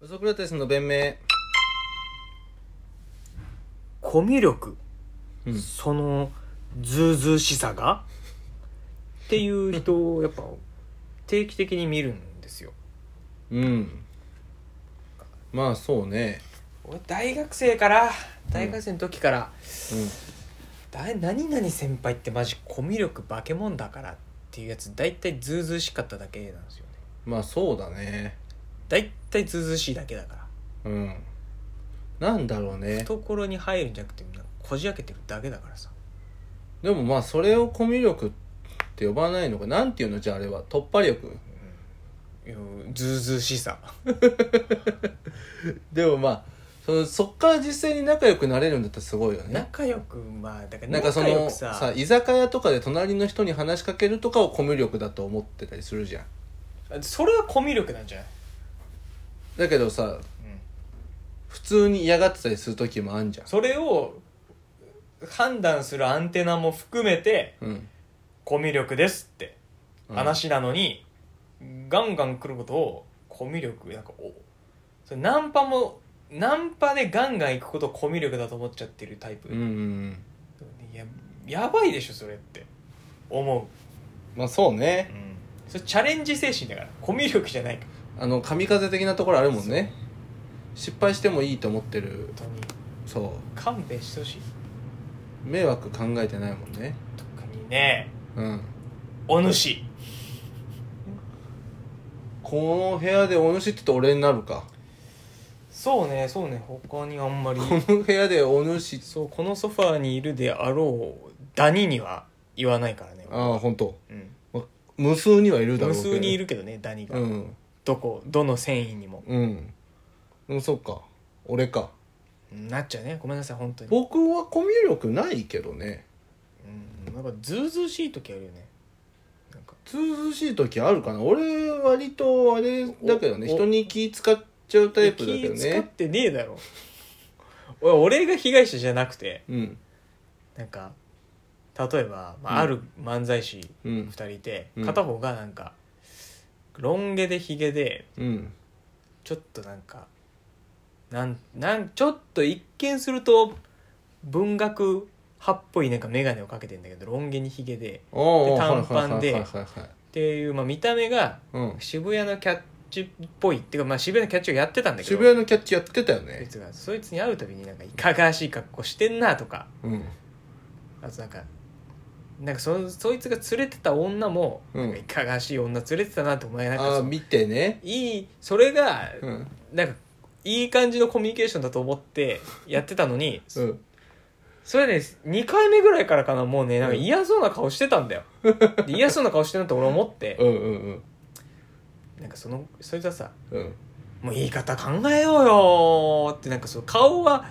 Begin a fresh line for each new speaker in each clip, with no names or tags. ウソクラテスの弁明
コミュ力、
うん
そのズうずうしさがっていう人 をやっぱ定期的に見るんですよ
うんまあそうね
俺大学生から大学生の時から、
う
だ何々先輩ってマジコミュ力化け物だからっていうやつ大体ズうずうしかっただけなんですよね
んまあそうだね
大体ズうずうしいだけだから
うんなんだろうね
懐に入るんじゃなくてなんかこじ開けてるだけだからさ
でもまあそれをコミュ力って呼ばないのかなんていうのじゃああれは突破力
いやずうずうしさ
でもまあそのそっから実際に仲良くなれるんだったらすごいよね
仲良くまあだから
なんかそ
仲良
の
くさ
さ居酒屋とかで隣の人に話しかけるとかをコミュ力だと思ってたりするじゃん
それはコミュ力なんじゃない、
だけどさ普通に嫌がってたりする時もあんじゃん
それを判断するアンテナも含めて
うん
コミュ力ですって
うん
話なのに、ガンガン来ることをコミュ力なんかおそれナンパもナンパでガンガン行くことをコミュ力だと思っちゃってるタイプ、
うんうんうん
いややばいでしょそれって思
まあそう
う、
ね
それチャレンジ精神だからコミュ力じゃないか
あの神風的なところあるもんね失敗してもいいと思ってる
ら本当に
そう
勘弁してほしい
迷惑考えてないもんね
特にね
うん
お主
この部屋でお主って言うと俺になるか
そうねそうね他にあ んまり
この部屋でお主
そうこのソファーにいるであろうダニには言わないからね
ああ本当。
うん、
ま無数にはいるだろ
無
うけど
数にいるけどねダニが、
うん
どこどの繊維にも
うんでもそっか俺か
なっちゃうねごめんなさい本当に
僕はコミュ力ないけどね
うんなんかずうずうしい時あるよねなんか
ずうずうしい時あるかな俺割とあれだけどね
おお
人に気使っちゃうタイプだけど
気使っ
ね
てねえだろ俺俺が被害者じゃなくて
うん
なんか例えば、まあ
うん
ある漫才師
うん
2人いて、
うん
片方がなんかロン毛でヒゲで
うん
ちょっとなんかなんなんちょっと一見すると文学派っぽいなんか眼鏡をかけてんだけどロン毛にヒゲで
ああ
短パンで
はいはいはいはい
っていう、まあ、見た目が
うん
渋谷のキャッチっぽいっていうか、まあ、渋谷のキャッチをやってたんだけど
渋谷のキャッチやってたよ
そい
ね
つがそいつに会うたびになんかいかがわしい格好してんなとか
うん
あとなんかなんかそそいつが連れてた女も、
うん
なんかいかがわしい女連れてたなと思いなが
あ
ら
あ
その
見てね
いいそれが
うん
なんかいい感じのコミュニケーションだと思ってやってたのに、
うん
それね2回目ぐらいからかなもうねなんか嫌そうな顔してたんだよで嫌そうな顔してるなって俺思って
うんうんうん
なんかそのそいつはさ
うん
もう言い方考えようよーってなんかその顔は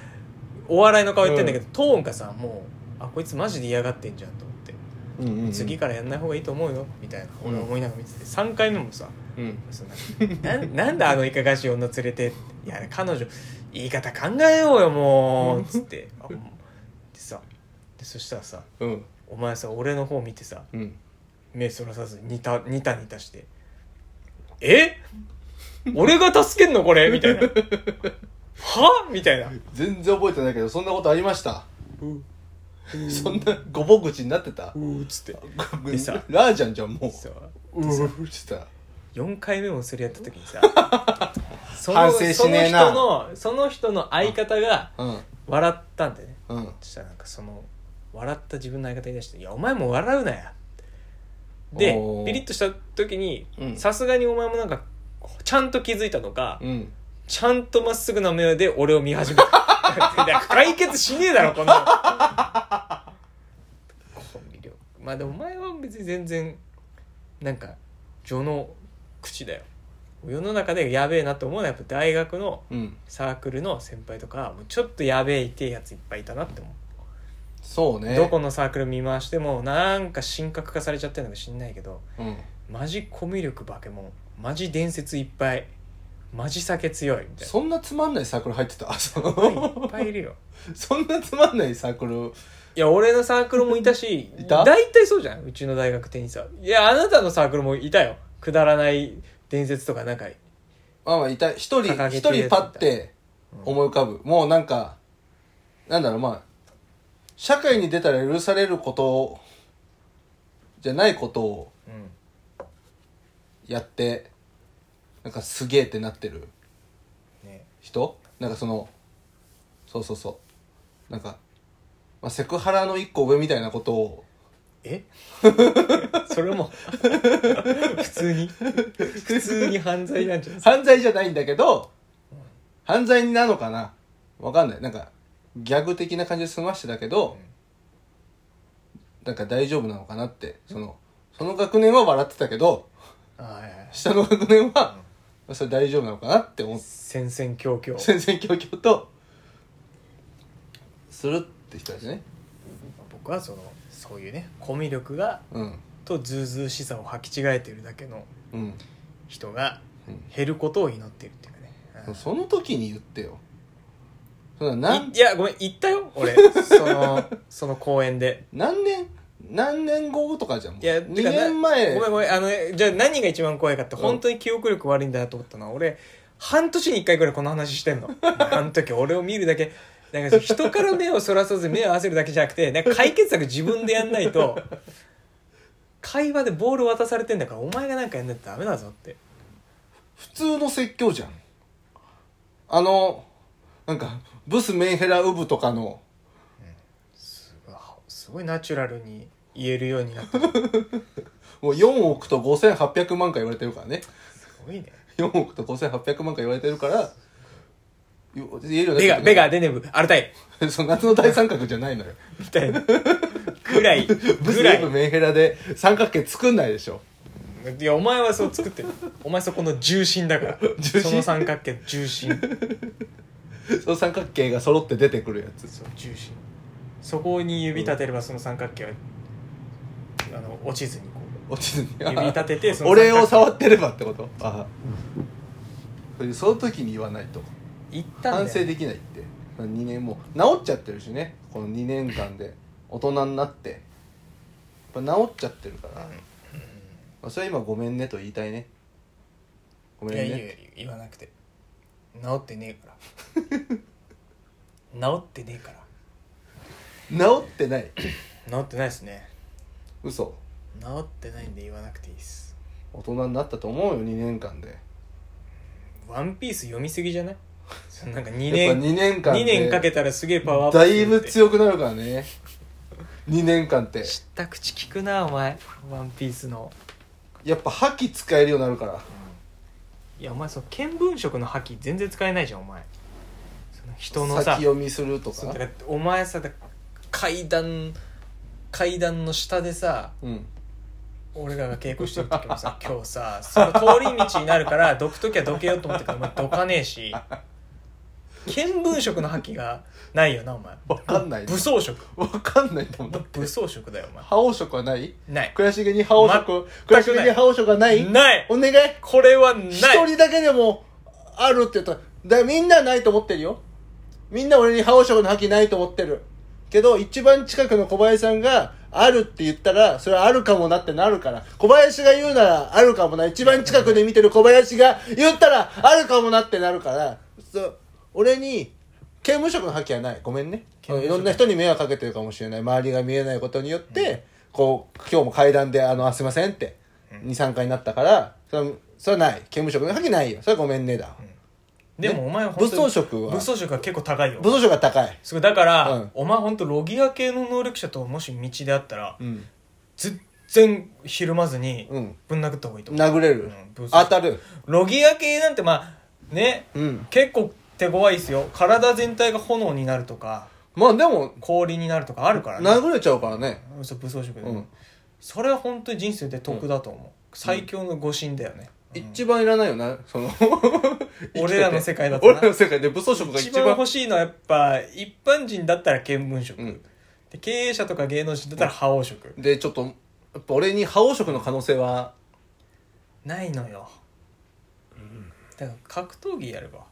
お笑いの顔言ってんだけど、トーンがさもうあこいつマジで嫌がってんじゃんと思って、
うんうんうん
次からやんない方がいいと思うよみたいな俺は思いながら見てて3回目もさ
うん
そんななんなんだあのいかがわしい女連れていや彼女言い方考えようよもうつってあほんまでさでそしたらさ
うん
お前さ俺の方見てさ
うん
目そらさずにたにたにたして「え俺が助けんのこれ」みたいな「はみたいな
全然覚えてないけどそんなことありました
「う
そんなごぼ口になってた
う」っつってでさ
ラージャンじゃんもう
さ
うーってた
4回目もそれやった時にさ そ
反省しねえな
その人のその人の相方が
うん
笑ったんだよね
うん
そしたらなんかその笑った自分の相方に出して「いやお前も笑うなや」で
おー
ピリッとした時に
うん
さすがにお前もなんかちゃんと気づいたのか、
うん
ちゃんとまっすぐな目で俺を見始め ただから解決しねえだろこんなのコンビ力まあでもお前は別に全然なんか序の口だよ世の中でやべえなと思うのはやっぱ大学の
うん
サークルの先輩とかもうちょっとやべえ痛えやついっぱいいたなって思う
そうね
どこのサークル見回してもなんか神格化されちゃってるのか知んないけど
うん
マジコミュ力化け物マジ伝説いっぱいマジ酒強いみたいな
そんなつまんないサークル入ってたそ
いっ
の
ぱいいるよ
そんなつまんないサークル
いや俺のサークルもいたし
いた
大体そうじゃんうちの大学テニスはいやあなたのサークルもいたよくだらない伝説とかなんか
まあまあ痛い一人
掲げ
一
てるやつ
人パッて思い浮かぶ、もうなんかなんだろうまあ社会に出たら許されることじゃないことを
うん
やってなんかすげえってなってる
ね
人なんかそのそうそうそうなんか、まあ、セクハラの一個上みたいなことを
え それ も普通に普通に犯罪なんじゃないですか
犯罪じゃないんだけど、犯罪なのかなわかんない。なんか、ギャグ的な感じで済ましてたけど、なんか大丈夫なのかなって、その、その学年は笑ってたけど、
あーはいはい
下の学年は、それ大丈夫なのかなって思って、
戦々恐々
戦々恐々と、するって人たちね。
僕はそのそういうねコミュ力が
うん。
とズうずうしさを履き違えてるだけの
うん。
人が
うん
減ることを祈ってるっていうかねあー
その時に言ってよ。そんな何
い、いやごめん言ったよ俺そ のその公演で
何年、何年後とかじゃん。もう
いや
2
てかな
年前。
ごめんごめんあのねじゃあ何が一番怖いかって
うん
本当に記憶力悪いんだなと思ったのは俺半年に1回ぐらいこの話してんの あの時俺を見るだけなん か人から目をそらさず目を合わせるだけじゃなくてなんか解決策自分でやんないと会話でボール渡されてんだからお前がなんかやんないとダメだぞって
普通の説教じゃんあのなんかブスメンヘラウブとかの
うわすごいナチュラルに言えるようになったす
もう4億と5800万回言われてるからね
ごいね
4億と5800万回言われてるから言えるよね
ベガベガデネブアルタイル
ガその夏の大三角じゃないのよ
みたいな ぐら い
ブス
ぐら
ウ
い
ブメンヘラで三角形作んないでしょ
いやお前はそう作ってるお前そこの重心だから
重心
その三角形の重心
その三角形が揃って出てくるやつ
そう重心そこに指立てればその三角形はあの落ちずにこ
落ちずに
う指立ててそ の
俺を
三角
触ってればってことああその時に言わないと
形行ったんだよ
反省できないって2年もう治っちゃってるしねこの2年間で大人になってやっぱ治っちゃってるから、まあ、それは今ごめんねと言いたいねごめん
いやいいよ
ね
言わなくて治って ねえから治ってねえから
治ってない
治ってないですね
嘘
治ってないんで言わなくていいです
大人になったと思うよ2年間で
ワンピース読みすぎじゃないそのなんか2
やっぱ
年
2年間で
2年かけたらすげえパワーアップ
だ
するって
いぶ強くなるからね2年間って
知った口聞くなお前ワンピースの
やっぱ覇気使えるようになるから
いやお前その見聞色の覇気全然使えないじゃんお前その人のさ
先読みすると
そう
か
だからお前さだ階段階段の下でさ
うん
俺らが稽古してる時 もさ今日さその通り道になるからどく時はどけようと思ってからお前どかねえし見聞色の覇気がないよなお前
わかんない
武装色
わかんないと思うだって
武装色だよお前
覇王色はない
ない
悔しげに覇王色、
全
悔
く
しげ
ない
に覇王色がない
ない
お願い
これはない
一人だけでもあるって言ったら、だからみんなないと思ってるよ。みんな俺に覇王色の覇気ないと思ってる。けど、一番近くの小林さんが、あるって言ったら、それはあるかもなってなるから。小林が言うなら、あるかもな。一番近くで見てる小林が言ったら、あるかもなってなるから。そう俺に、刑務職の覇気はない。ごめんね。い
刑務職
ろんな人に迷惑かけてるかもしれない。周りが見えないことによって、こう、今日も階段で、あの、あ、すいませんって、2、3回になったから、それは、それはない。刑務職の覇気ないよ。それはごめんねだわ。
でもお前は
武装色は
武装色は結構高いよ
武装色が高い。
すごいだから、
うん
お前ほんとロギア系の能力者ともし道であったら、
うん。
全然ひるまずに
うん
ぶん殴った方がいいと思う、
殴れる。
うん武装
当たる。
ロギア系なんてまあね、
うん。
結構手強いですよ体全体が炎になるとか
まあでも、
氷になるとかあるからね
殴れちゃうからね。
嘘武装色で、
うん
それは本当に人生で得だと思う、最強の誤信だよね、。
一番いらないよな、そ の
俺らの世界だとな
俺らの世界で武装色が
一
一
番
番
欲。しいのはやっぱ一般人だったら見聞色、
うん
で経営者とか芸能人だったら覇王色、
で、ちょっと、やっぱ俺に覇王色の可能性は、
ないのよ、だから格闘技やれば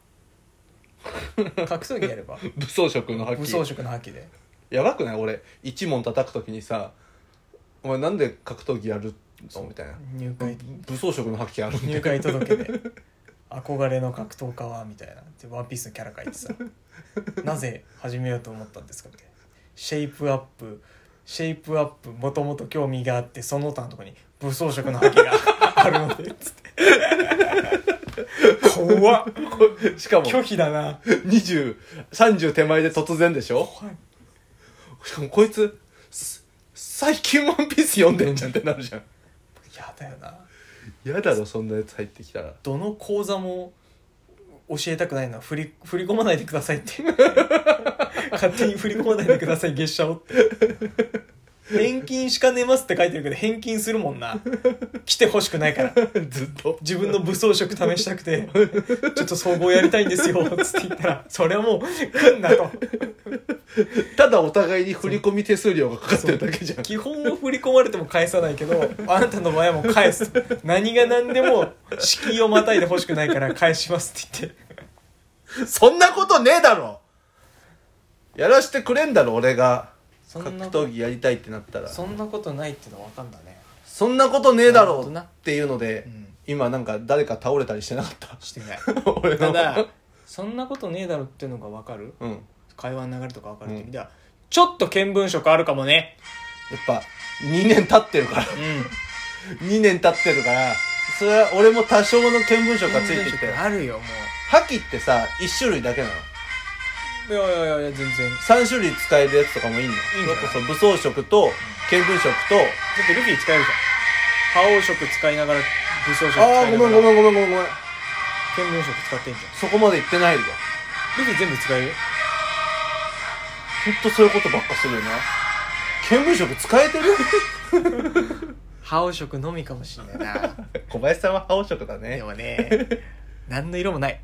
格闘技やれば
武装色の覇
武
気。
装色の覇気で
やばくない俺一問叩くときにさ「お前なんで格闘技やるの?」みたいな
入会
武装色の覇気あるんだ
入
よ
会届で憧れの格闘家はみたいなでワンピースのキャラ書いてさなぜ始めようと思ったんですかみたいなシェイプアップシェイプアップもともと興味があってその他のとこに武装色のハケがあるのでつって 怖っ
しかも
拒否だな
2030手前で突然でしょ
怖い
しかもこいつす最近「ワンピース読んでんじゃんってなるじゃん
やだよな
嫌だろそんなやつ入ってきたら
どの講座も教えたくないな振り振り込まないでくださいって勝手に振り込まないでください月謝をって返金しかねますって書いてるけど返金するもんな来てほしくないから
ずっと
自分の武装色試したくてちょっと総合やりたいんですよつって言ったらそれはもう来んなと
ただお互いに振り込み手数料がかかってるだけじゃん
基本を振り込まれても返さないけどあなたの場合はもう返すと何が何でも敷居をまたいでほしくないから返しますって 言って
そんなことねえだろやらしてくれんだろ俺が
そん
格
な
闘技やりたいってなったら
そんなことないってのは分かんだね
そんなことねえだろ
なるほど
う
な
っていうので、
うん
今なんか誰か倒れたりしてなかった
してない
俺の
た だそんなことねえだろっていうのが分かる
うんやっ
会話の流れとか分かるって意味では、ちょっと見聞色あるかもね
ぱ2年経ってるから
うん
2年経ってるからそれは俺も多少の見聞色がついてきて
見聞色あるよも
覇気ってさ1種類だけなの
ういやいやいやいや全然だ
3種類使えるやつとかもいいの
いいんじゃない
それこそ武装色と見聞色と
ってルフィ使えるじゃん覇王色使いながら武装色使いなが
あ
ら
あごめんごめんごめんごめんごめん
見聞色使ってんじゃ
そこまで行ってないよ
んルフィ全部使えるよ
ほんとそういうことばっかする よね見聞色使えてる
覇王色のみかもしんないな
小林さんは覇王色だね
でもね何の色もない